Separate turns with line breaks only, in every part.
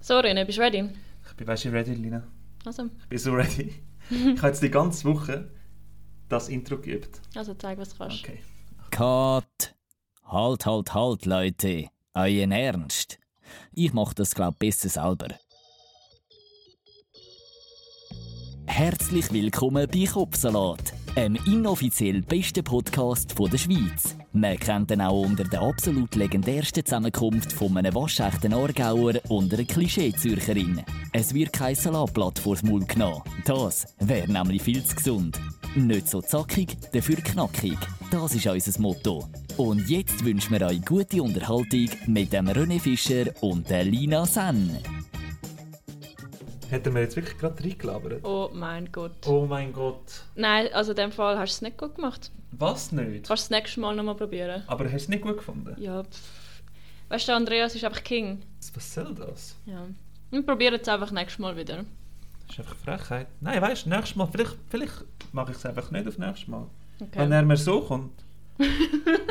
So, René, bist du ready?
Ich bin weißt du ready, Lina.
Also,
Ich bin so ready. Ich habe jetzt die ganze Woche das Intro geübt.
also zeig, was du kannst.
Okay.
Cut! Halt, halt, halt, Leute! Euren Ernst! Ich mach das, glaub besser selber. Herzlich willkommen bei Kopfsalat, einem inoffiziell besten Podcast von der Schweiz. Man kennt ihn auch unter der absolut legendärsten Zusammenkunft von einem waschechten Aargauer und einer Klischee-Zürcherin. Es wird kein Salatblatt vors Maul genommen. Das wäre nämlich viel zu gesund. Nicht so zackig, dafür knackig. Das ist unser Motto. Und jetzt wünschen wir euch gute Unterhaltung mit dem René Fischer und der Lina Sen.
Hat er mir jetzt wirklich gerade reingelabert?
Oh mein Gott.
Oh mein Gott.
Nein, also in dem Fall hast du es nicht gut gemacht.
Was
Kannst
nicht?
du das nächste Mal nochmal probieren?
Aber hast du es nicht gut gefunden?
Ja, pff. Weißt du, Andreas ist einfach King.
Was soll das?
Ja. Wir probieren es einfach nächstes Mal wieder.
Das ist einfach Frechheit. Nein, weißt du, nächstes Mal, vielleicht, vielleicht mache ich es einfach nicht auf nächstes Mal.
Okay.
Wenn er mir so kommt.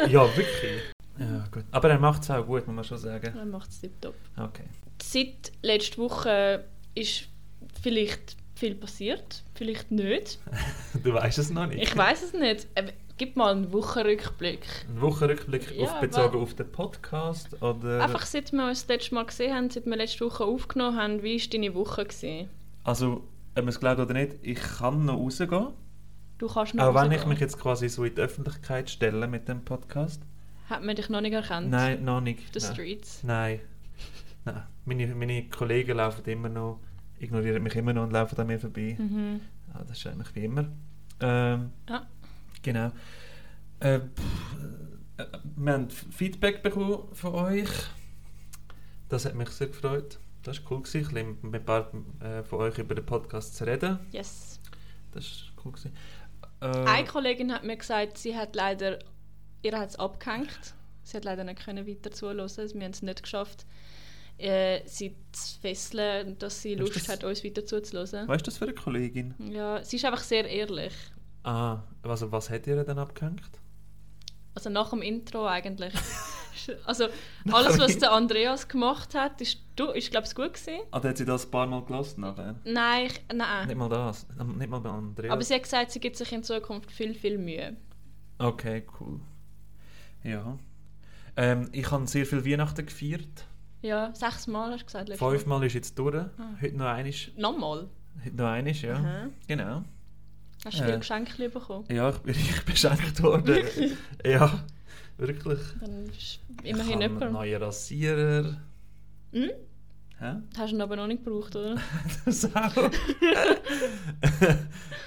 ja, wirklich. Ja, gut. Aber er macht es auch gut, muss man schon sagen.
Dann macht es tipptopp.
Okay.
Seit letzter Woche ist vielleicht viel passiert, vielleicht nicht.
Du weißt es noch nicht.
Ich weiß es nicht. Äh, Gib mal einen Wochenrückblick.
Ein Wochenrückblick
Ja,
auf, bezogen auf den Podcast oder.
Einfach seit wir uns das letzte Mal gesehen haben, seit wir letzte Woche aufgenommen haben, wie war deine Woche? Gewesen?
Also, ob man es glaubt oder nicht, ich kann noch rausgehen.
Du kannst noch
Auch wenn ich
rausgehen.
mich jetzt quasi so in die Öffentlichkeit stelle mit dem Podcast.
Hat man dich noch nicht erkannt?
Nein, noch nicht.
The
Nein.
Streets.
Nein. Nein. Meine, meine Kollegen laufen immer noch, ignorieren mich immer noch und laufen an mir vorbei.
Mhm. Ah,
Ah, das ist eigentlich wie immer. Ähm,
Ja.
Genau. Äh, pff, äh, wir haben F- Feedback bekommen von euch. Das hat mich sehr gefreut. Das war cool, gewesen, ein bisschen mit ein paar äh, von euch über den Podcast zu reden.
Yes.
Das ist cool. Gewesen.
Eine
Äh,
Kollegin hat mir gesagt, sie hat leider, ihr hat es abgehängt. Sie hat leider nicht können weiter zuhören. Wir haben es nicht geschafft, äh, sie zu fesseln, dass sie
Ist
Lust
das-
hat, uns weiter zuzuhören.
was ist das für eine Kollegin?
Ja, sie ist einfach sehr ehrlich.
Ah, also was hat ihr denn abgehängt?
Also nach dem Intro eigentlich. also alles, was der Andreas gemacht hat, ist, du, ist glaube ich, gut gewesen.
Ah, dann hat sie das ein paar Mal gelassen nachher?
Nein, ich, nein.
Nicht mal das. Ähm, Nicht mal bei Andreas.
Aber sie hat gesagt, sie gibt sich in Zukunft viel, viel Mühe.
okay, cool. Ja. Ähm, ich habe sehr viel Weihnachten gefeiert.
Ja, sechsmal hast du gesagt. letztes Mal.
Fünfmal ist jetzt durch. Heute noch einisch.
Nochmal?
Heute noch einisch, ja.
Ah. Aha.
Genau.
Hast du viele
Äh.
Geschenke bekommen?
Ja, ich bin ich beschenkt worden. Wirklich? Ja, wirklich.
Dann ist
ich
immerhin
habe einen
jemand.
neuen Rasierer.
Hm?
Hä?
Hast du ihn aber noch nicht gebraucht, oder?
Das auch.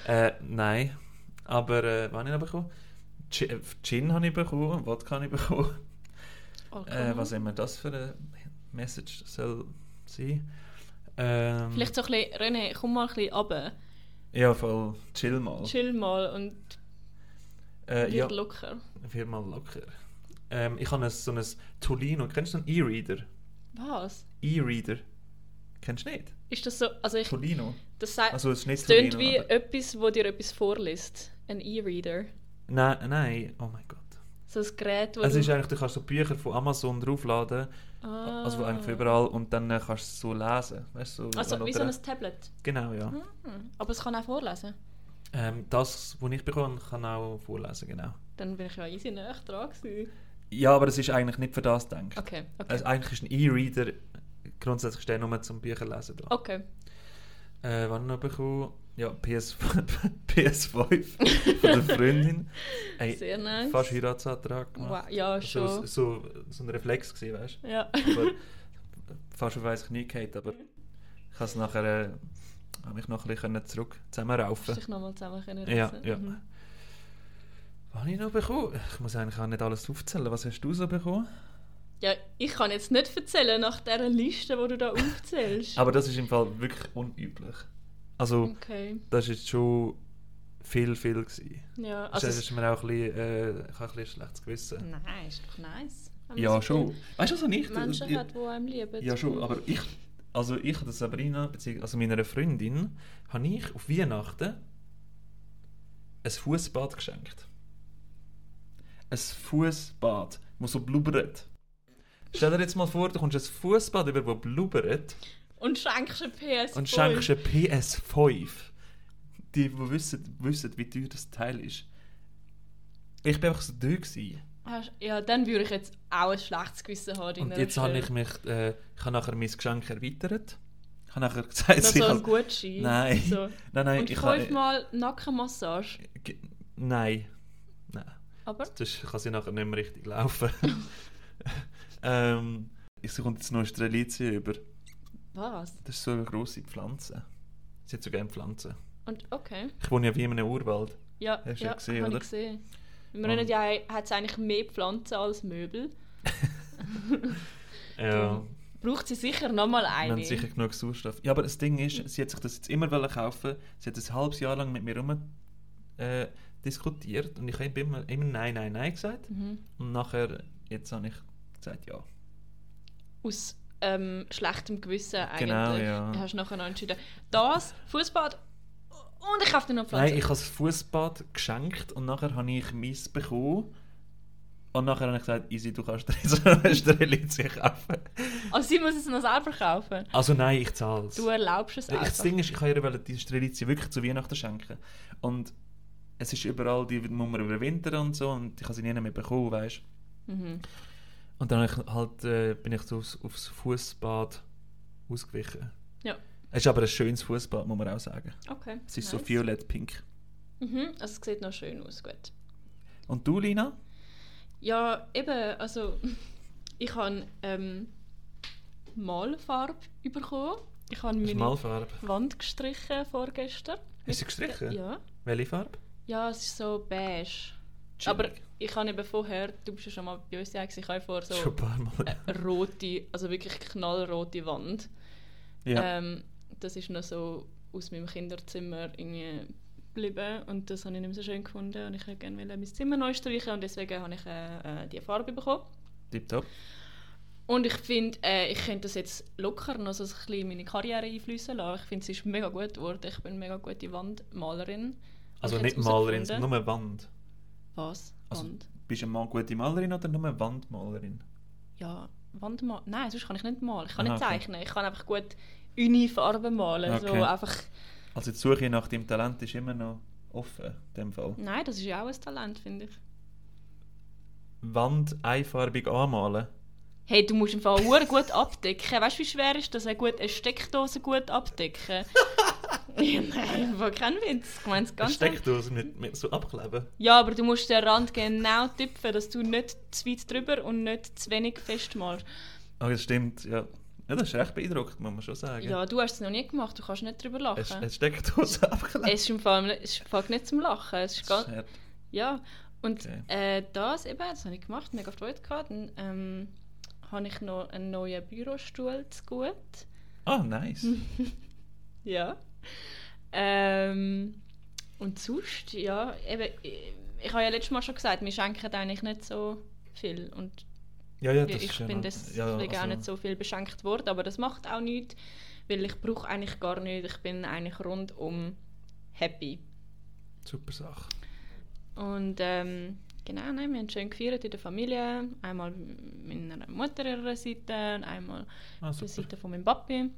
äh, nein. Aber äh, wann habe ich noch bekommen? Gin, äh, Gin habe ich bekommen, Wodka habe ich bekommen. Äh,
Alkohol.
was immer das für eine eh, Message soll sein. Ähm,
Vielleicht so ein bisschen, René, komm mal ein bisschen runter.
Ja, voll chill mal.
Chill mal und
Oh. äh,
wird
ja,
locker.
wird mal locker. Ähm, ich habe ein- so ein Tolino. Kennst du einen E-Reader?
Was?
E-Reader. Kennst du nicht?
Ist das so? Also ich,
Tolino.
das sagt,
Also es ist nicht
es tönt
Tolino,
wie
aber-
etwas, wo dir etwas vorliest. Ein E-Reader.
Nein, nein. Oh mein Gott.
So ein Gerät, wo
Es
du...
ist eigentlich, du kannst so Bücher von Amazon draufladen
ah.
Also eigentlich von überall und dann äh, kannst du es so lesen. Weißt, du, so
Also
an-
wie so
oder-
ein Tablet.
Genau, ja.
Hm. Aber es kann auch vorlesen.
Ähm, das, was ich bekomme, kann auch vorlesen, genau.
Dann bin ich ja easy näher dran gewesen.
Ja, aber es ist eigentlich nicht für das gedacht.
Okay, okay.
Also eigentlich ist ein E-Reader grundsätzlich steht nur zum Bücherlesen da.
okay.
Äh, wann noch bekommen? Ja, PS, PS5 von der Freundin. Ey,
Sehr nice.
Fast Heiratsantrag gemacht. Also
Wow, ja,
so,
schon.
so, so ein Reflex gewesen, weißt du?
Ja.
aber fast auf weiss ich nie gehabt, aber ich habe es nachher äh, hab mich noch ein bisschen können zurück
Hast du
zusammenraufen.
dich nochmal zusammen können
Ja,
reissen?
ja.
Mhm.
Was habe ich noch bekommen? Ich muss eigentlich auch nicht alles aufzählen. Was hast du so bekommen?
ja, ich kann jetzt nicht erzählen nach dieser Liste, die du da aufzählst.
Aber das ist im Fall wirklich unüblich. Also,
okay,
das ist jetzt schon viel, viel gewesen.
ja. Also
Also,
Mhm.
das ist mir auch ein bisschen, äh, ich habe ein bisschen schlechtes
es-
Gewissen.
Nein, ist doch nice. Wenn man
Ja,
so
schon.
viele
Weißt du, was nicht?
Menschen hat, die einem lieben.
Ja, schon, aber ich, also ich habe Sabrina, beziehungsweise also meiner Freundin, habe ich auf Weihnachten ein Fußbad geschenkt. Ein Fußbad, das so blubbert. Stell dir jetzt mal vor, du kommst ein Fußbad über, das blubbert
Und schenkst ein PS5.
Und schenkst eine PS5. Die, die wissen, wissen, wie teuer das Teil ist. Ich bin einfach so teuer gewesen.
Hast- Ja, dann würde ich jetzt auch ein schlechtes Gewissen haben. in
Und
einer
jetzt habe
Stelle.
ich mich, äh, ich habe nachher mein Geschenk erweitert. Ich habe nachher gesagt,
Noch so
habe-
einen Gutschein.
Nein.
So.
nein, nein,
Und
ich habe-
fünfmal Nackenmassage.
Ge- Nein. Nein.
Aber
Das kann sie nachher nicht mehr richtig laufen. ähm, ich suche jetzt noch Strelitzia über.
was?
Das ist so eine grosse Pflanze. Sie hat so gerne Pflanzen.
Und okay.
Ich wohne ja wie in einem Urwald.
Ja,
Hast du
ja,
ja gesehen,
hab
oder? Ah.
Ich gesehen. Im
Und-
Rennenjahr hat es eigentlich mehr Pflanzen als Möbel.
Ja,
Braucht sie sicher nochmal
Äh, wir haben
eine.
sicher genug Sauerstoff. Ja, aber das Ding ist, sie hat sich das jetzt immer wollen kaufen. Sie hat ein halbes Jahr lang mit mir rum äh, diskutiert und ich habe immer, immer Nein, Nein, Nein gesagt.
Mhm.
Und nachher, jetzt habe ich gesagt Ja.
Aus ähm, schlechtem Gewissen eigentlich.
Genau, ja.
Hast du nachher noch entschieden. Das, Fußbad und ich kaufe dir noch Pflanzen.
Nein, ich habe das Fußbad geschenkt und nachher habe ich meins bekommen. Und nachher habe ich gesagt, Easy, du kannst dir jetzt noch eine Strelitzia kaufen.
also sie muss es noch selber kaufen.
Also nein, ich zahle es.
Du erlaubst es
Ich- Das
einfach.
Ding ist, ich wollte ihr die Strelitzia wirklich zu Weihnachten schenken. Und es ist überall, die muss man überwintern und so. Und ich habe sie nie mehr bekommen, weißt du.
Mhm.
Und dann habe ich halt, äh, bin ich so aufs, aufs Fußbad ausgewichen.
Ja.
Es ist aber ein schönes Fußbad, muss man auch sagen.
Okay.
Es ist so
nice.
violett-pink.
Mhm. Also es sieht noch schön aus, gut.
Und du, Lina?
Ja, eben, also ich habe ähm, Malfarbe bekommen. Ich habe
Das
meine
ist Malfarbe.
Wand gestrichen vorgestern.
Hast du gestrichen?
Ja.
Welche Farbe?
Ja, es ist so beige. Aber ich habe eben vorher, du bist ja schon mal bei uns ja, gewesen, ich habe vorher
Schon
so
ein paar Mal.
eine rote, also wirklich knallrote Wand.
ja.
Ähm, das ist noch so aus meinem Kinderzimmer irgendwie geblieben und das habe ich nicht mehr so schön gefunden und ich hätte gerne wollen mein Zimmer neu streichen und deswegen habe ich äh, äh, die Farbe bekommen.
Tipptopp.
Und ich finde, äh, ich könnte das jetzt locker noch so ein bisschen in meine Karriere einfließen lassen. Ich finde, es ist mega gut geworden. Ich bin eine mega gute Wandmalerin.
Also
ich
nicht
hab's
Malerin,
herausgefunden.
sondern nur Wand.
Was?
Also-
Wand?
Bist du eine mal gute Malerin oder nur Wandmalerin?
Ja, Wandmal. Nein, sonst kann ich nicht malen. Ich kann
Aha,
nicht
Ah, okay.
zeichnen. Ich kann einfach gut Unifarben malen. So
Okay.
einfach.
Also die Suche nach deinem Talent ist immer noch offen, in dem Fall.
Nein, das ist ja auch ein Talent, finde ich.
Wand einfarbig anmalen.
Hey, du musst im Fall hure gut abdecken. Weißt du, wie schwer ist das, eine, gute, eine Steckdose gut abdecken? ja, nein, war kein Witz. Ich meine es
Eine
ganz ernst.
Steckdose mit, mit so abkleben.
Ja, aber du musst den Rand genau tippen, dass du nicht zu weit drüber und nicht zu wenig festmalst.
Ah, das stimmt, ja. Ja, das ist recht beeindruckend, muss man schon sagen.
Ja, du hast es noch nie gemacht, du kannst nicht drüber
Eine,
lachen.
eine Steckdose abkleben.
Es ist im Fall, es ist im Fall nicht zum Lachen. Es ist
Das
ganz,
ist hart.
Ja, und
Okay.
äh, das eben, das habe ich gemacht, mega Freude gehabt. Dann ähm, habe ich noch einen neuen Bürostuhl zu gut.
Ah, nice.
Hm. Ja. Ähm, und sonst, ja, eben, ich, ich habe ja letztes Mal schon gesagt, wir schenken eigentlich nicht so viel. Und
Ja, ja, das
ich
ist ja
bin
noch-
deswegen
ja,
auch
also-
nicht so viel beschenkt worden, aber das macht auch nichts, weil ich brauche eigentlich gar nichts. Ich bin eigentlich rundum happy.
Super Sache.
Und ähm, genau, nein, wir haben schön gefeiert in der Familie. Einmal mit meiner Mutter ihrer Seite und einmal
Ah,
auf der
super.
Seite von meinem Papi.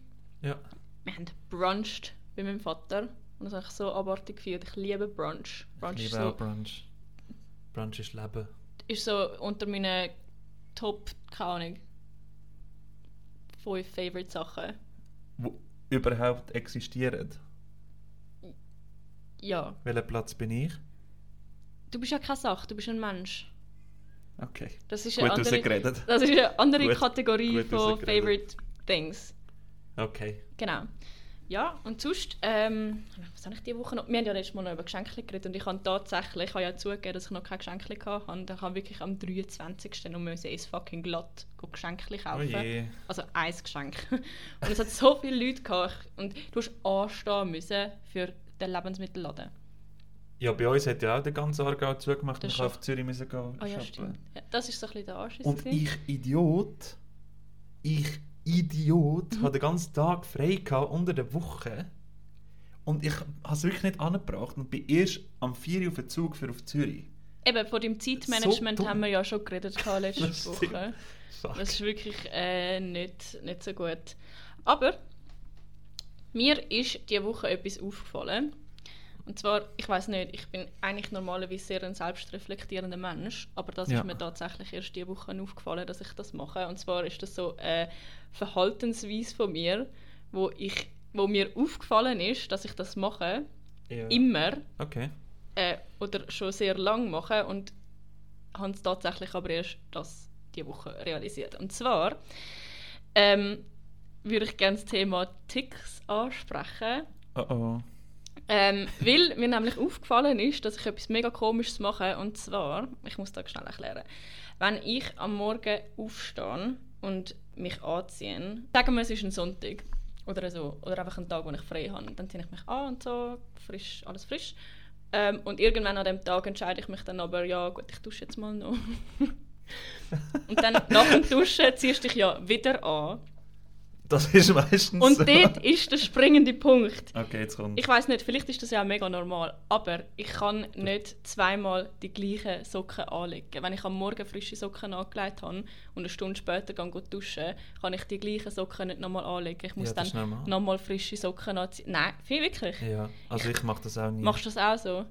Ja.
Wir haben bruncht bei meinem Vater. Und das habe ich so abartig gefeiert. Ich liebe Brunch. Brunch
Ich
ist
liebe auch
so,
Brunch. Brunch ist Leben.
ist so unter meinen Top, keine Ahnung, fünf Favorite Sachen.
Wo überhaupt existieren.
Ja.
Welcher Platz bin ich?
Du bist ja keine Sache, du bist ein Mensch.
Okay.
Das ist
Gut
eine andere,
rausgeredet.
das ist eine andere
Gut-
Kategorie
gut
von
rausgeredet.
Favorite Things.
Okay.
Genau. Ja, und sonst, ähm, was habe ich diese Woche noch? Wir haben ja letztes Mal noch über Geschenke geredet und ich habe tatsächlich, ich habe ja zugegeben, dass ich noch keine Geschenke hatte und ich habe wirklich am 23. noch müssen ins fucking Glatt Geschenke
Oh
kaufen.
je.
also ein Geschenk. Und es hat so viele Leute gehabt und du hast anstehen müssen für den Lebensmittelladen.
Ja, bei uns hat ja auch der ganze Aargau zugemacht.
Das
Man kann
schon.
auf Zürich müssen gehen.
Ah ja,
shoppen.
stimmt. Ja, das ist so ein bisschen der Arsch.
Oh Und ich, Idiot, ich, Idiot,
Mhm.
habe den ganzen Tag frei gehabt unter der Woche. Und ich habe es wirklich nicht angebracht und bin erst am 4 Uhr auf den Zug für auf Zürich.
Eben, von dem Zeitmanagement
dumm.
haben wir ja schon geredet gehabt
Das
letzte
stimmt.
Woche.
Fuck.
Das ist wirklich äh, nicht, nicht so gut. Aber Mir ist diese Woche etwas aufgefallen. Und zwar, ich weiß nicht, ich bin eigentlich normalerweise sehr ein selbstreflektierender Mensch, aber das
Ja.
ist mir tatsächlich erst diese Woche aufgefallen, dass ich das mache. Und zwar ist das so eine Verhaltensweise von mir, wo, ich, wo mir aufgefallen ist, dass ich das mache,
Ja.
immer
Okay.
äh, oder schon sehr lang mache und habe es tatsächlich aber erst das diese Woche realisiert. Und zwar ähm, würde ich gerne das Thema Ticks ansprechen.
Oh oh.
Ähm, weil mir nämlich aufgefallen ist, dass ich etwas mega komisches mache. Und zwar, ich muss das schnell erklären, wenn ich am Morgen aufstehe und mich anziehe, sagen wir, es ist ein Sonntag oder so, oder einfach ein Tag, wo ich frei habe, dann ziehe ich mich an und so, frisch, alles frisch. Ähm, und irgendwann an dem Tag entscheide ich mich dann aber, ja gut, ich dusche jetzt mal noch. und dann nach dem Duschen ziehst du dich ja wieder an.
Das ist meistens.
Und
so.
dort ist der springende Punkt.
Okay, jetzt kommt.
Ich weiß nicht, vielleicht ist das ja auch mega normal, aber ich kann nicht zweimal die gleichen Socken anlegen. Wenn ich am Morgen frische Socken angelegt habe und eine Stunde später gehe gut duschen, kann ich die gleichen Socken nicht nochmal anlegen. Ich muss
ja, das ist
dann
normal.
nochmal frische Socken anziehen. Nein, viel wirklich.
Ja, also ich mache das auch nie.
Machst du das auch so?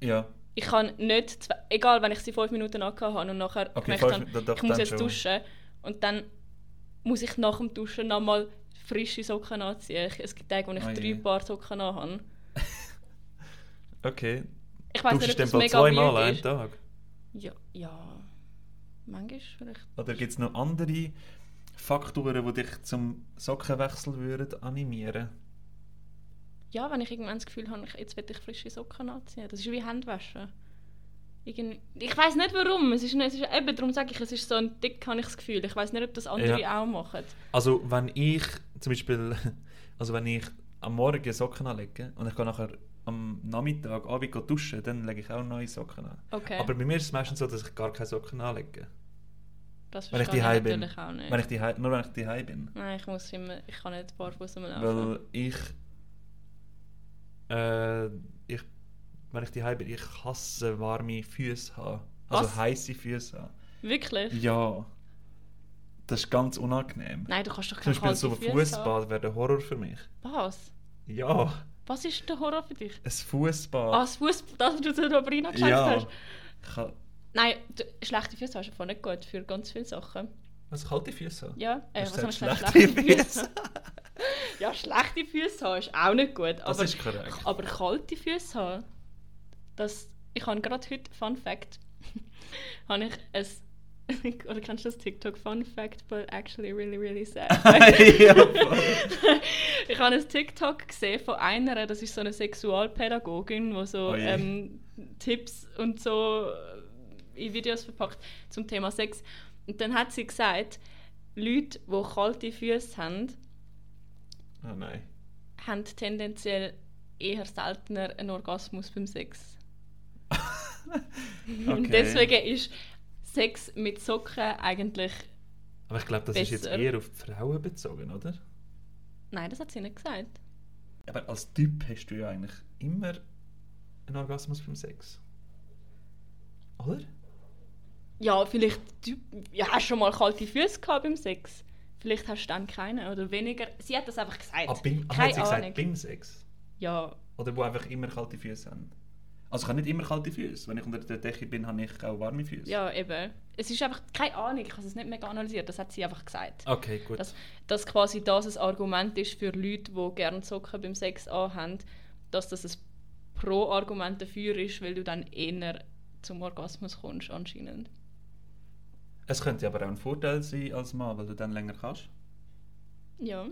Ja.
Ich kann nicht, zwei, egal, wenn ich sie fünf Minuten angehabt habe und nachher
Okay,
gemerkt
fünf
habe,
Minuten, doch,
ich muss
dann
jetzt
schon.
duschen und dann muss ich nach dem Duschen nochmal frische Socken anziehen. Ich- Es gibt Tage, wo ich
Oh je.
drei Paar Socken anhabe.
Okay.
Ich
Du
weiß nicht, ob
duschst dann
das
Fall
mega
zweimal
weird
einen
ist.
Tag.
Ja, ja. Manchmal vielleicht.
Oder gibt es noch andere Faktoren, die dich zum Sockenwechsel würden animieren?
Ja, wenn ich irgendwann das Gefühl habe, ich- jetzt will ich frische Socken anziehen. Das ist wie Handwaschen. Irgend ich weiß nicht warum. Es ist, nicht- es ist eben, darum sage ich, es ist so ein Dick, habe ich das Gefühl. Ich weiß nicht, ob das andere auch machen.
Also wenn ich zum Beispiel, also wenn ich am Morgen Socken anlege und ich gehe nachher am Nachmittag Abend go duschen, dann lege ich auch neue Socken an.
Okay.
Aber bei mir ist es meistens so, dass ich gar keine Socken anlege.
das
wenn ich
verstehe
daheim bin.
natürlich auch nicht.
Wenn ich die nur wenn ich die bin.
Nein, ich muss immer, ich kann nicht barfuß rumlaufen.
Weil ich, äh, ich, wenn ich die bin, ich hasse warme Füße haben. Also
Was?
heiße Füße haben.
Wirklich?
Ja. Das ist ganz unangenehm.
Nein, du kannst doch
Zum
keine
Beispiel
kalte
so ein
Füße haben.
Fußbad wäre der Horror für mich.
Was?
Ja,
Was ist der Horror für dich?
ein
Ah,
Fußbad.
das Fußball, das du zu Robrina gesagt
ja.
hast.
Ka-
Nein, du, schlechte Füße hast du voll nicht gut für ganz viele Sachen.
Was kalte Füße? haben?
Ja, äh,
Hast
was
du
habe ich gesagt?
gesagt,
Schlechte
schlechte
Füße. ja, schlechte Füße haben ist auch nicht gut.
Das
Aber,
ist korrekt.
aber kalte Füße haben, das, ich habe gerade heute, Fun Fact, habe ich ein, oder kennst du das TikTok? Fun Fact, but actually really, really sad.
ja, voll.
ich habe ein TikTok gesehen von einer, das ist so eine Sexualpädagogin, die so
Oh je.
ähm, Tipps und so äh, in Videos verpackt zum Thema Sex. Und dann hat sie gesagt, Leute, die kalte Füße haben,
Oh nein.
haben tendenziell eher seltener einen Orgasmus beim Sex.
Okay.
Und deswegen ist Sex mit Socken eigentlich.
Aber ich glaube, das ist jetzt
Besser.
eher auf die Frauen bezogen, oder?
Nein, das hat sie nicht gesagt.
Aber als Typ hast du ja eigentlich immer einen Orgasmus beim Sex. Oder?
Ja, vielleicht du ja, hast schon mal kalte Füße gehabt beim Sex. Vielleicht hast du dann keine oder weniger. Sie hat das einfach gesagt.
Ah, beim, ah,
Keine
hat sie gesagt,
Ahnung.
beim Sex?
Ja,
Oder wo einfach immer kalte Füße haben? Also ich habe nicht immer kalte Füße. Wenn ich unter der Decke bin, habe ich auch warme Füße.
ja, eben. Es ist einfach keine Ahnung, ich habe es nicht mega analysiert, das hat sie einfach gesagt.
Okay, Ah, gut.
Dass, dass quasi das ein Argument ist für Leute, die gerne Socken beim Sex anhaben, dass das ein Pro-Argument dafür ist, weil du dann eher zum Orgasmus kommst anscheinend.
Es könnte aber auch ein Vorteil sein als Mann, weil du dann länger kannst.
Ja,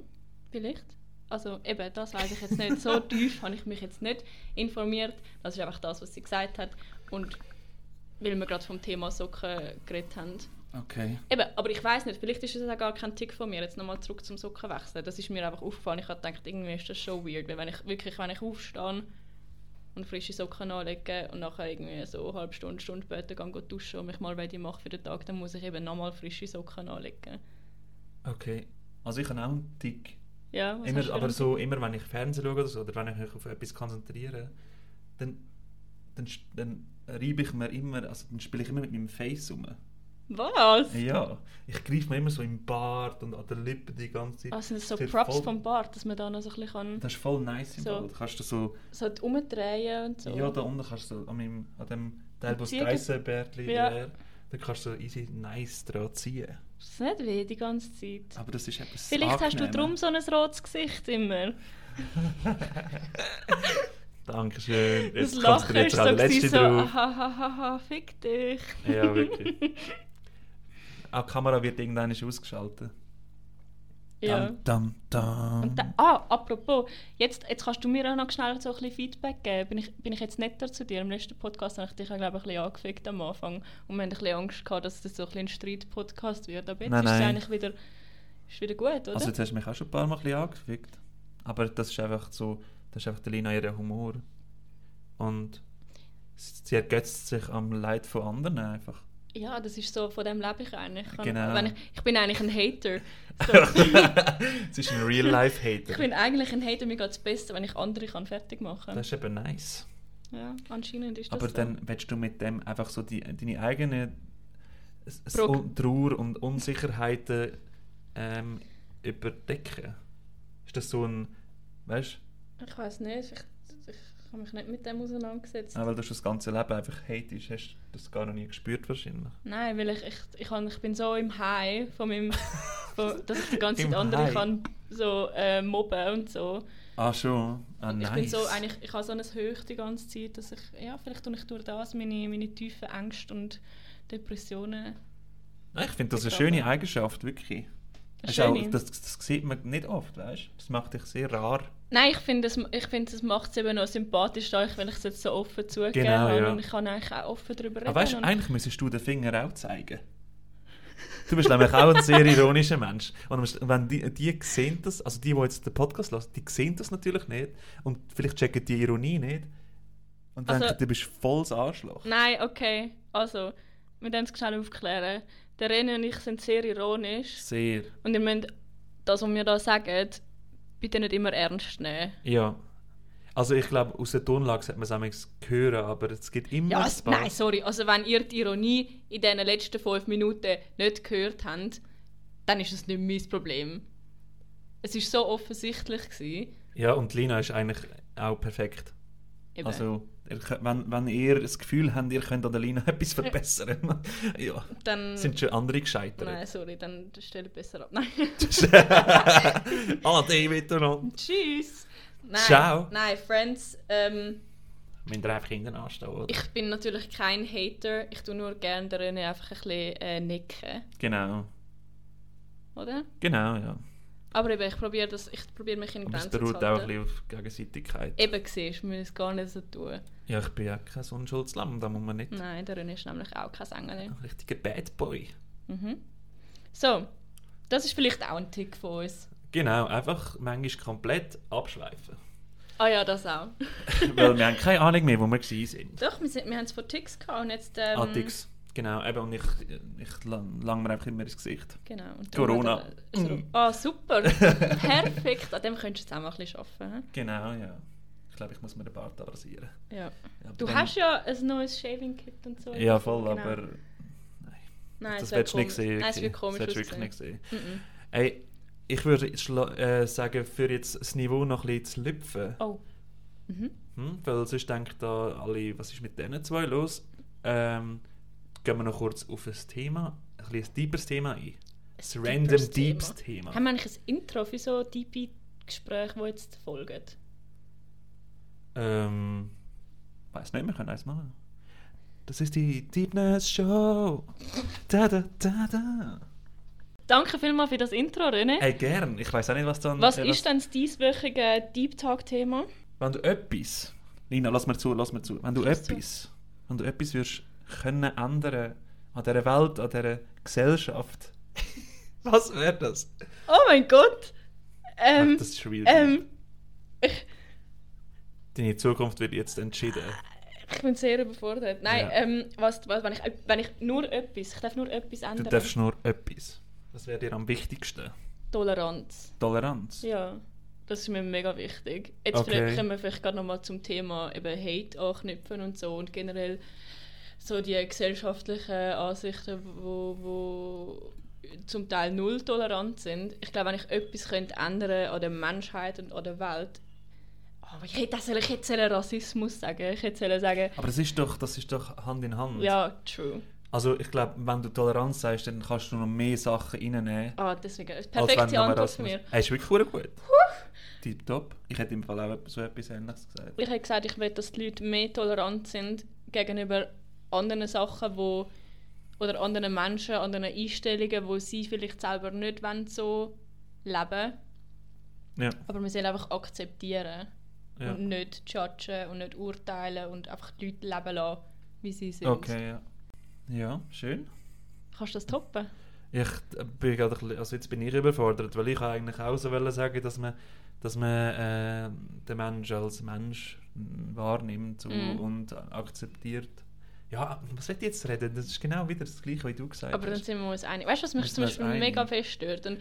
vielleicht. Also eben, das weiß ich jetzt nicht. So tief habe ich mich jetzt nicht informiert. Das ist einfach das, was sie gesagt hat. Und weil wir gerade vom Thema Socken geredet haben.
Okay.
Eben, aber ich weiß nicht, vielleicht ist es auch gar kein Tick von mir, jetzt nochmal zurück zum Sockenwechseln. Das ist mir einfach aufgefallen. Ich habe gedacht, irgendwie ist das schon weird, weil wenn ich wirklich, wenn ich aufstehe und frische Socken anlege und nachher irgendwie so eine halbe Stunde, Stunde später gehe ich duschen und mich mal ready mache für den Tag, dann muss ich eben nochmal frische Socken anlegen.
Okay. Also ich habe auch einen Tick.
Ja, was hast
Immer,
du
aber
für-
so, immer wenn ich Fernsehen schaue oder, so, oder wenn ich mich auf etwas konzentriere, dann, dann, sch- dann reibe ich mir immer, also dann spiele ich immer mit meinem Face rum.
Was?
Ja, ich greife mir immer so im Bart und an der Lippe die ganze Zeit.
Ah, sind das so
Sehr
Props
voll-
vom Bart, dass man da noch so ein bisschen kann,
Das ist voll nice im
So.
Bart. Kannst du so,
so umdrehen und so.
ja da unten kannst du so an, meinem, an dem Teil, wo das
Ziehen-
Geissenbärtli
Ja.
wäre, da kannst du so easy nice dran ziehen.
Ist das nicht weh die ganze Zeit?
Aber Ah, das ist etwas
Vielleicht hast du drum
Angenehmes.
so ein rotes Gesicht immer.
Dankeschön.
Das
Jetzt
Lachen ist
konzentriert
so,
sich an den
gewesen,
letzten
so
drauf.
hahaha, fick dich.
Ja, wirklich. Auch die Kamera wird irgendwann ausgeschaltet.
Ja.
Dam, dam,
Und da, ah, apropos, jetzt, jetzt kannst du mir auch noch schnell so ein bisschen Feedback geben. Bin ich, bin ich jetzt netter zu dir? Im letzten Podcast habe ich dich ja, glaube ich, ein bisschen angefickt am Anfang. Und wir haben ein bisschen Angst gehabt, dass das so ein, bisschen ein Streit-Podcast wird. Aber jetzt
Nein,
ist es
nein.
eigentlich wieder, ist wieder gut, oder?
Also jetzt hast du mich auch schon ein paar Mal ein bisschen angefickt. Aber das ist einfach so, das ist einfach der Lina ihr Humor. Und s- sie ergötzt sich am Leid von anderen einfach.
ja, das ist so, von dem lebe ich eigentlich. Ich, kann-
Genau.
wenn ich, ich bin eigentlich ein Hater.
sie ist ein
Ich
Real-Life-Hater.
bin eigentlich ein Hater, mir geht es besser, wenn ich andere kann fertig machen kann.
Das ist eben nice.
Ja, anscheinend ist das
Aber
so.
dann willst du mit dem einfach so die, deine eigene s- s-
Prog-
Un- Trauer und Unsicherheiten ähm, überdecken. Ist das so ein, weißt
Ich weiß nicht, ich, ich habe mich nicht mit dem auseinandergesetzt.
du, auch weil du schon das ganze Leben einfach hatest, hast du das gar noch nie gespürt wahrscheinlich.
Nein, weil ich, ich, ich, kann, ich bin so im High von meinem, von, dass ich die ganze
Im
Zeit andere
High.
kann so äh, mobben und so.
Ah schon? Ah
ich
nice.
bin so eigentlich, ich habe so ein Höch die ganze Zeit, dass ich, ja, vielleicht tue ich durch das meine, meine tiefen Ängste und Depressionen.
Nein, ich finde das eine
Ich
schöne
glaube.
Eigenschaft, wirklich.
Eine
Ist auch,
schöne.
das, das sieht man nicht oft, weißt du? Das macht dich sehr rar.
Nein, ich finde, es, ich finde, es macht es eben noch sympathisch, da ich, weil ich es jetzt so offen zugegeben
Genau,
habe
ja.
und ich kann eigentlich auch offen darüber reden.
Aber weißt du,
und-
eigentlich müsstest du den Finger auch zeigen. Du bist nämlich auch ein sehr ironischer Mensch. Und am Schlu- wenn die, die sehen das, also die, die jetzt den Podcast hören, die sehen das natürlich nicht. Und vielleicht checken die Ironie nicht. Und
Also-
denken, du bist volles Arschloch.
Nein, okay. Also, wir müssen es schnell aufklären. Der René und ich sind sehr ironisch.
Sehr.
Und ihr müsst das, was wir da sagen, bitte nicht immer ernst nehmen.
Ja. Also ich glaube, aus der Tonlage sollte man es manchmal hören, aber es gibt immer
Ja,
ein
also,
paar-
nein, sorry. Also, wenn ihr die Ironie in diesen letzten fünf Minuten nicht gehört habt, dann ist es nicht mein Problem. Es war so offensichtlich. Gewesen.
Ja, und Lina ist eigentlich auch perfekt.
Eben.
Also, ihr, könnt- wenn, wenn ihr das Gefühl habt, ihr könnt an der Lina etwas verbessern, ja,
dann,
sind schon andere gescheitert.
Mm. Nein, sorry, dann stell besser ab. Nein.
Ade miteinander.
Tschüss. Nein,
Ciao.
Nein, Friends. Ähm,
Wenn ihr einfach Kinder anstehen, oder?
Ich bin natürlich kein Hater, ich tue nur gerne der René einfach ein bisschen äh, nicken,
Genau.
oder?
Genau, nou. ja.
Aber eben, ich probiere das, ich probiere mich in
Aber es
Grenzen zu
beruht auch
halten.
ein bisschen auf Gegenseitigkeit.
Eben siehst du, wir müssen es gar nicht so tun.
Ja, ich bin ja kein Unschuldslamm, da muss man nicht.
Nein, der René ist nämlich auch kein Engel.
Ein richtiger Bad Boy.
So, das ist vielleicht auch ein Tick von uns.
Genau, nou, einfach manchmal komplett abschweifen.
Ah ja, das auch.
Weil wir haben keine Ahnung mehr, wo wir gewesen sind.
Doch, wir, sind, wir haben es von Ticks gehabt und jetzt... Ähm,
Ah, Dix. Genau, eben, und ich, ich eh, lang, lang mir einfach immer ins Gesicht.
Genau. Und
Corona.
Ah, oh, super. Perfekt. An dem könntest du jetzt auch mal ein bisschen arbeiten.
Genau, nou, ja. Ich glaube, ich muss mir den Bart abrasieren.
hä? Ja.
Ja, aber
Du
dann-
hast ja ein neues Shaving-Kit und so.
Ja, voll,
Genau.
aber
Nein,
das
es wär
willst du nicht
komisch.
sehen.
Nein, es wird
wirklich.
komisch dus,
Das willst du
aussehen.
wirklich nicht sehen. Ey, ich würde schla- äh, sagen, für jetzt das Niveau noch ein bisschen zu lüpfen,
Oh,
hm? weil sonst denken da alle, was ist mit diesen zwei los? Ähm, gehen wir noch kurz auf ein Thema, ein bisschen ein deeperes Thema ein. Das Random
deeperes
Deeps
Thema.
Thema.
haben wir eigentlich ein Intro für so tiefe Gespräche, die jetzt folgen?
Ähm, weiß nicht, wir können eins machen. Das ist die Deepness Show. Da, da, da, da.
Danke vielmals für das Intro, René.
Ey, gern. Ich weiß auch nicht, was dann.
was
äh,
ist denn das dieswöchige Deep Talk-Thema?
Wenn du etwas, Lina, lass mir zu, lass mir zu. Wenn du
Lass zu.
etwas, wenn du etwas würdest können ändern an dieser Welt, an dieser Gesellschaft, was wäre das?
Oh mein Gott! Ähm,
Ach, Ah, das ist schon wieder.
ähm,
Deine Zukunft wird jetzt entschieden.
ich bin sehr überfordert. Nein,
Ja.
ähm, was, was, wenn, ich, wenn ich nur etwas, ich darf nur etwas
Du
ändern.
darfst nur etwas. Was wäre dir am wichtigsten?
Toleranz.
Toleranz.
Ja, das ist mir mega wichtig. Jetzt
Okay.
vielleicht können wir vielleicht gerade nochmal zum Thema eben Hate anknüpfen und so und generell so die gesellschaftlichen Ansichten, wo, wo zum Teil null tolerant sind. Ich glaube, wenn ich etwas könnte ändern an der Menschheit und an der Welt, oh, ich hätte das ich hätte sollen Rassismus sagen, ich hätte sollen sagen,
Aber das ist doch, das ist doch Hand in Hand.
ja, true.
Also ich glaube, wenn du Toleranz sagst, dann kannst du noch mehr Sachen reinnehmen.
Ah, deswegen,
als wenn du
perfekte
nur
Antwort von
Rassismus-
mir.
Er ist wirklich verdammt gut. Tipptopp. Ich hätte im Fall auch so etwas Ähnliches gesagt.
Ich habe gesagt, ich will, dass die Leute mehr tolerant sind gegenüber anderen Sachen, wo oder anderen Menschen, anderen Einstellungen, wo sie vielleicht selber nicht wollen, so leben.
Ja,
Aber wir sollen einfach akzeptieren
ja.
und nicht judgen und nicht urteilen und einfach die Leute leben lassen, wie sie sind.
Okay, ja. Ja, schön.
Kannst du das toppen?
Ich bin gerade, ein bisschen- also jetzt bin ich überfordert, weil ich eigentlich auch so wollte sagen, dass man, dass man äh, den Menschen als Mensch wahrnimmt
Mhm.
und akzeptiert. Ja, was will ich jetzt reden? Das ist genau wieder das Gleiche, wie du gesagt
Aber dann
hast.
sind wir uns einig. Weißt du, was mich
Müssen
zum
wir
Beispiel
uns einig?
mega fest stört? Und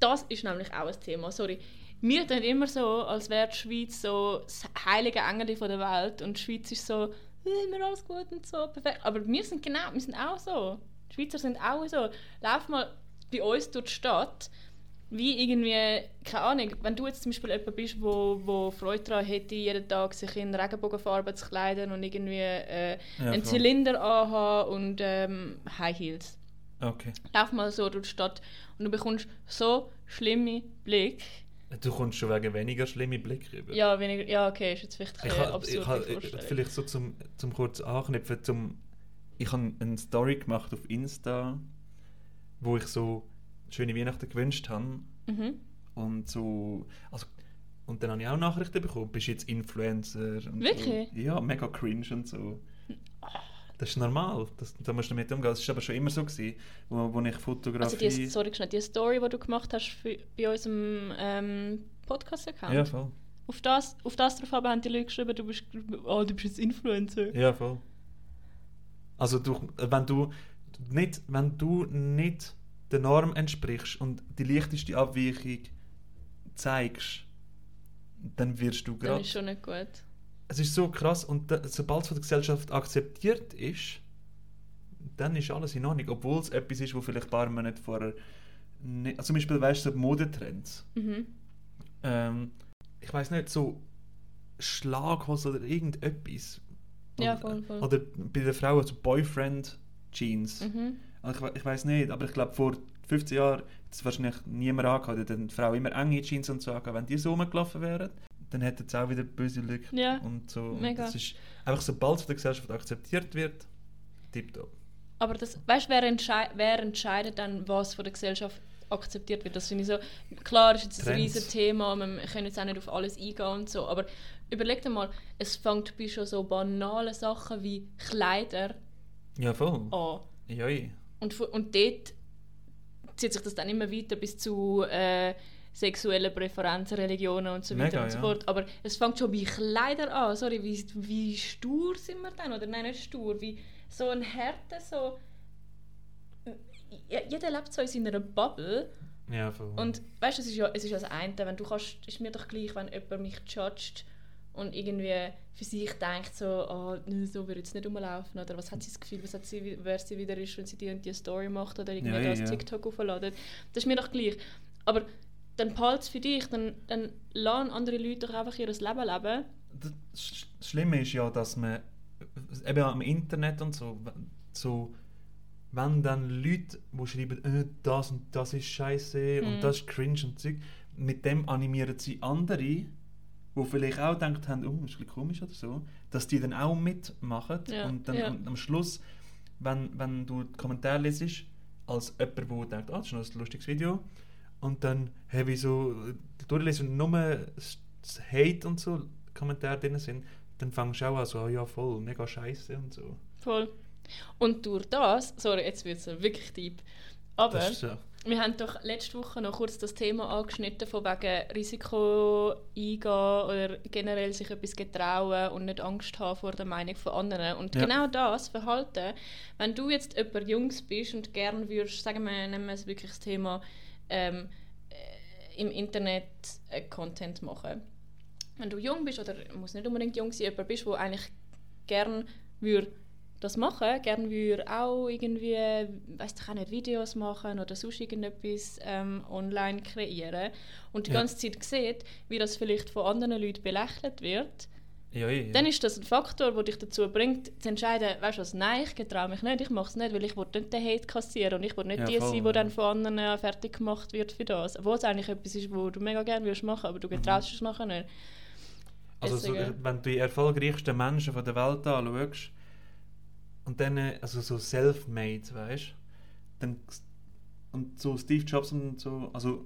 das ist nämlich auch ein Thema, sorry. Wir tun immer so, als wäre die Schweiz so das heilige Engel von der Welt und die Schweiz ist so, «Äh, immer alles gut und so, perfekt. Aber wir sind genau, wir sind auch so. Die Schweizer sind auch so. Lauf mal bei uns durch die Stadt, wie irgendwie, keine Ahnung, wenn du jetzt zum Beispiel jemand bist, wo, wo Freude daran hätte, jeden Tag sich in Regenbogenfarben zu kleiden und irgendwie äh,
Ja,
einen
voll.
Zylinder anhaben und ähm, High Heels
Okay.
lauf mal so durch die Stadt und du bekommst so schlimme Blick.
Du kommst schon wegen weniger schlimme Blick rüber.
Ja, weniger, ja okay, ist jetzt vielleicht eine
Ich ha- ich ha-
absurde Vorstellung.
vielleicht so zum, zum kurz anknüpfen, zum, ich habe eine Story gemacht auf Insta, wo ich so schöne Weihnachten gewünscht habe
Mhm.
und so, also, und dann habe ich auch Nachrichten bekommen, bist jetzt Influencer und
Wirklich?
so. Ja, mega cringe und so. Das ist normal, das, da musst du damit umgehen. Das ist aber schon immer so gewesen, wo, wo ich
Also
Fotografie...
die, sorry, schnell, die Story, die du gemacht hast für, bei unserem ähm, Podcast-Account.
ja, voll.
Auf das, auf das drauf haben die Leute geschrieben, du bist, oh, du bist jetzt Influencer.
Ja, voll. Also du, wenn du nicht, wenn du nicht der Norm entsprichst und die leichteste Abweichung zeigst, dann wirst du
das
gerade.
ist schon nicht gut.
Es ist so krass und da, sobald es von der Gesellschaft akzeptiert ist, dann ist alles in Ordnung, obwohl es etwas ist, wo vielleicht ein paar Monate vorher nicht, also zum Beispiel weißt du so Modetrends
Mhm.
ähm, ich weiß nicht, so Schlaghose oder irgendetwas.
Ja,
oder,
voll, voll.
Oder bei den Frauen so Boyfriend-Jeans.
Mhm.
Also ich, we- ich weiß nicht, aber ich glaube vor 15 Jahren hat es wahrscheinlich niemand angehört, oder die Frau immer enge Jeans und so angehabt. Wenn die so rumgelaufen wären, dann hätten sie auch wieder böse Lücken
Ja,
und so. Und
mega.
das ist einfach sobald es von der Gesellschaft akzeptiert wird, tipptopp.
Aber das, weißt, wer, entschei wer entscheidet dann, was von der Gesellschaft akzeptiert wird? Das finde ich so, klar ist jetzt ein
Trends.
riesen Thema, wir können jetzt auch nicht auf alles eingehen und so, aber überleg dir mal, es fängt bei schon so banalen Sachen wie Kleider
Ja, voll.
an.
Joi.
Und, fu- und dort zieht sich das dann immer weiter bis zu äh, sexuellen Präferenzen, Religionen und so weiter
Mega,
und so
ja.
fort. Aber es fängt schon bei Kleidern an. Sorry, wie, wie stur sind wir dann? Oder nein, nicht stur, wie so ein Härte, so... Ja, Jeder lebt so in seiner Bubble.
Ja, voll.
Und weißt du, es ist ja, es ist ja das eine, wenn du kannst, ist mir doch gleich, wenn jemand mich judgt und irgendwie für sich denkt so, ah, nö, so würde ich jetzt nicht rumlaufen oder was hat sie das Gefühl, was hat sie, wer sie wieder ist, wenn sie die und die Story macht oder irgendwie
Ja,
das
ja.
TikTok aufladet. Das ist mir doch gleich. Aber dann behalte es für dich, dann, dann lassen andere Leute doch einfach ihr Leben leben.
das Sch- Schlimme ist ja, dass man äh, eben am Internet und so, w- so wenn dann Leute, die schreiben, äh, das und das ist scheiße und das ist cringe und Zeug, mit dem animieren sie andere, die vielleicht auch gedacht haben, oh, ist ein bisschen komisch oder so, dass die dann auch mitmachen
Ja,
und dann
ja.
am- am Schluss, wenn, wenn du die Kommentare lesest, als jemand, der denkt, ah, das ist noch ein lustiges Video, und dann habe ich so äh, durchlesen und nur s- s- Hate und so Kommentare drin sind, dann fängst du auch an so, «Ah ja voll, mega scheiße und so.
Voll. Und durch das, sorry, jetzt wird es wirklich deep, aber...
Das ist so.
Wir haben doch letzte Woche noch kurz das Thema angeschnitten, von wegen Risiko eingehen oder generell sich etwas getrauen und nicht Angst haben vor der Meinung von anderen. Und
Ja.
genau das Verhalten, wenn du jetzt jemand Jungs bist und gern würdest, sagen wir, nehmen wir es wirklich das Thema, ähm, äh, im Internet äh, Content machen. Wenn du jung bist oder muss nicht unbedingt jung sein, jemand bist, wo eigentlich gern würde das machen, gerne würde er auch irgendwie, weiß ich auch nicht, Videos machen oder sonst irgendetwas ähm, online kreieren und die
Ja.
ganze Zeit sieht, wie das vielleicht von anderen Leuten belächelt wird,
Ja, ja.
dann ist das ein Faktor, der dich dazu bringt, zu entscheiden, weißt du was, nein, ich traue mich nicht, ich mache es nicht, weil ich will nicht den Hate kassieren und ich will nicht
Ja,
die
voll,
sein,
ja.
die dann von anderen äh, fertig gemacht wird für das. Obwohl es eigentlich etwas ist, wo du mega gerne würdest machen, aber du
Mhm.
getraust es nachher nicht.
Also, so,
Deswegen-
wenn du die erfolgreichsten Menschen von der Welt anschaust und dann, äh, also so self-made, weißt du, dann und so Steve Jobs und so, also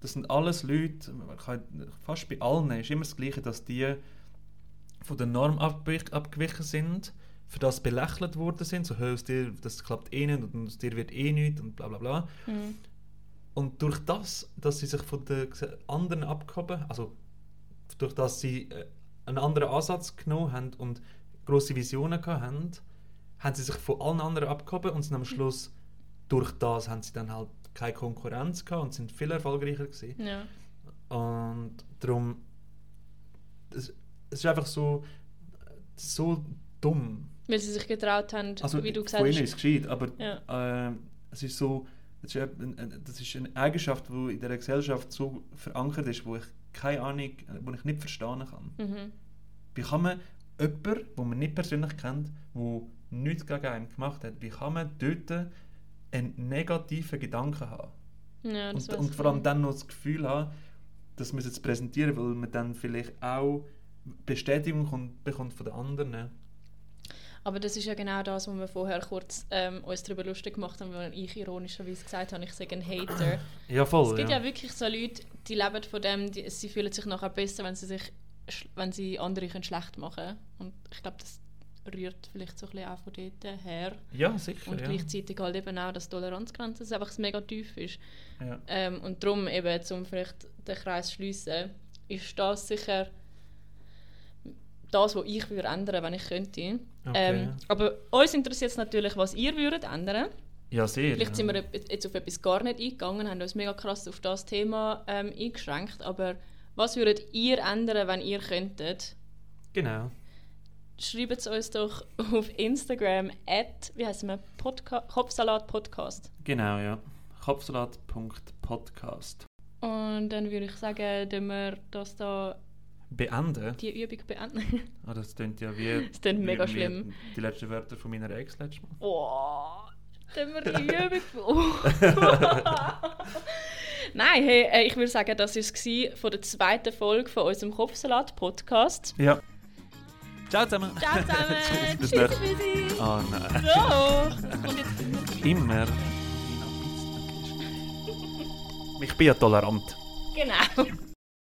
das sind alles Leute, man kann, fast bei allen ist immer das Gleiche, dass die von der Norm abgewich, abgewichen sind, für das belächelt worden sind, so, hey, aus dir, das klappt eh nicht und aus dir wird eh nichts und bla bla bla. Und durch das, dass sie sich von den Gese- anderen abgehoben, also durch das sie äh, einen anderen Ansatz genommen haben und grosse Visionen gehabt haben, haben sie sich von allen anderen abgehoben und sind am Schluss durch das haben sie dann halt keine Konkurrenz gehabt und sind viel erfolgreicher gewesen.
Ja.
Und darum, es, es ist einfach so, so dumm.
Weil sie sich getraut haben,
Also,
wie du
von
gesagt
ihnen ist
hast.
es gescheit, aber ähm, es ist so, es ist eben ein- ein- das ist eine Eigenschaft, die in der Gesellschaft so verankert ist, wo ich keine Ahnung, wo ich nicht verstehen kann.
Mhm.
Wie kann man jemanden, den man nicht persönlich kennt, der nichts gegen einen gemacht hat, wie kann man dort einen negativen Gedanken haben?
Ja, das
Und,
weiss
und
ich
vor allem
nicht.
dann noch das Gefühl haben, dass man es jetzt präsentieren, weil man dann vielleicht auch Bestätigung kommt, bekommt von den anderen.
Aber das ist ja genau das, wo wir vorher kurz ähm, uns darüber lustig gemacht haben, weil ich ironischerweise gesagt habe, ich sei ein Hater.
Oh, Ja, voll.
Es gibt ja wirklich so Leute, die leben von dem, die, sie fühlen sich nachher besser, wenn sie, sich, sch- wenn sie andere können schlecht machen können. Und ich glaube, das rührt vielleicht so ein bisschen auch von dort her.
ja, sicher.
Und
ja.
gleichzeitig halt eben auch, dass die Toleranzgrenze dass einfach mega tief ist.
Ja.
Ähm, und darum eben, um vielleicht den Kreis zu schliessen, ist das sicher das, was ich würde ändern, wenn ich könnte.
Okay,
ähm,
ja.
Aber uns interessiert es natürlich, was ihr würdet ändern.
ja, sehr.
Vielleicht sind
ja.
wir eb- jetzt auf etwas gar nicht eingegangen, haben uns mega krass auf das Thema ähm, eingeschränkt. Aber was würdet ihr ändern, wenn ihr könntet?
Genau.
Schreibt es uns doch auf Instagram at, wie heißt wir, Podca Kopfsalat Podcast.
Genau, ja. Kopfsalat.podcast.
Und dann würde ich sagen, dass wir das da,
Beenden?
die Übung beenden.
Ah, das klingt ja wie.
Das klingt
wie-
mega
wie
schlimm.
Die letzten Wörter von meiner Ex letztes Mal.
Oh, dann wir die Übung. Oh. Nein, hey, äh, ich würde sagen, das war es von der zweiten Folge von unserem Kopfsalat-Podcast.
Ja. Ciao zusammen.
Ciao zusammen.
Bis
Tschüss,
nächstes
Bissi.
Oh nein.
Doch, das kommt jetzt immer.
Immer. Ich bin ja tolerant.
Genau.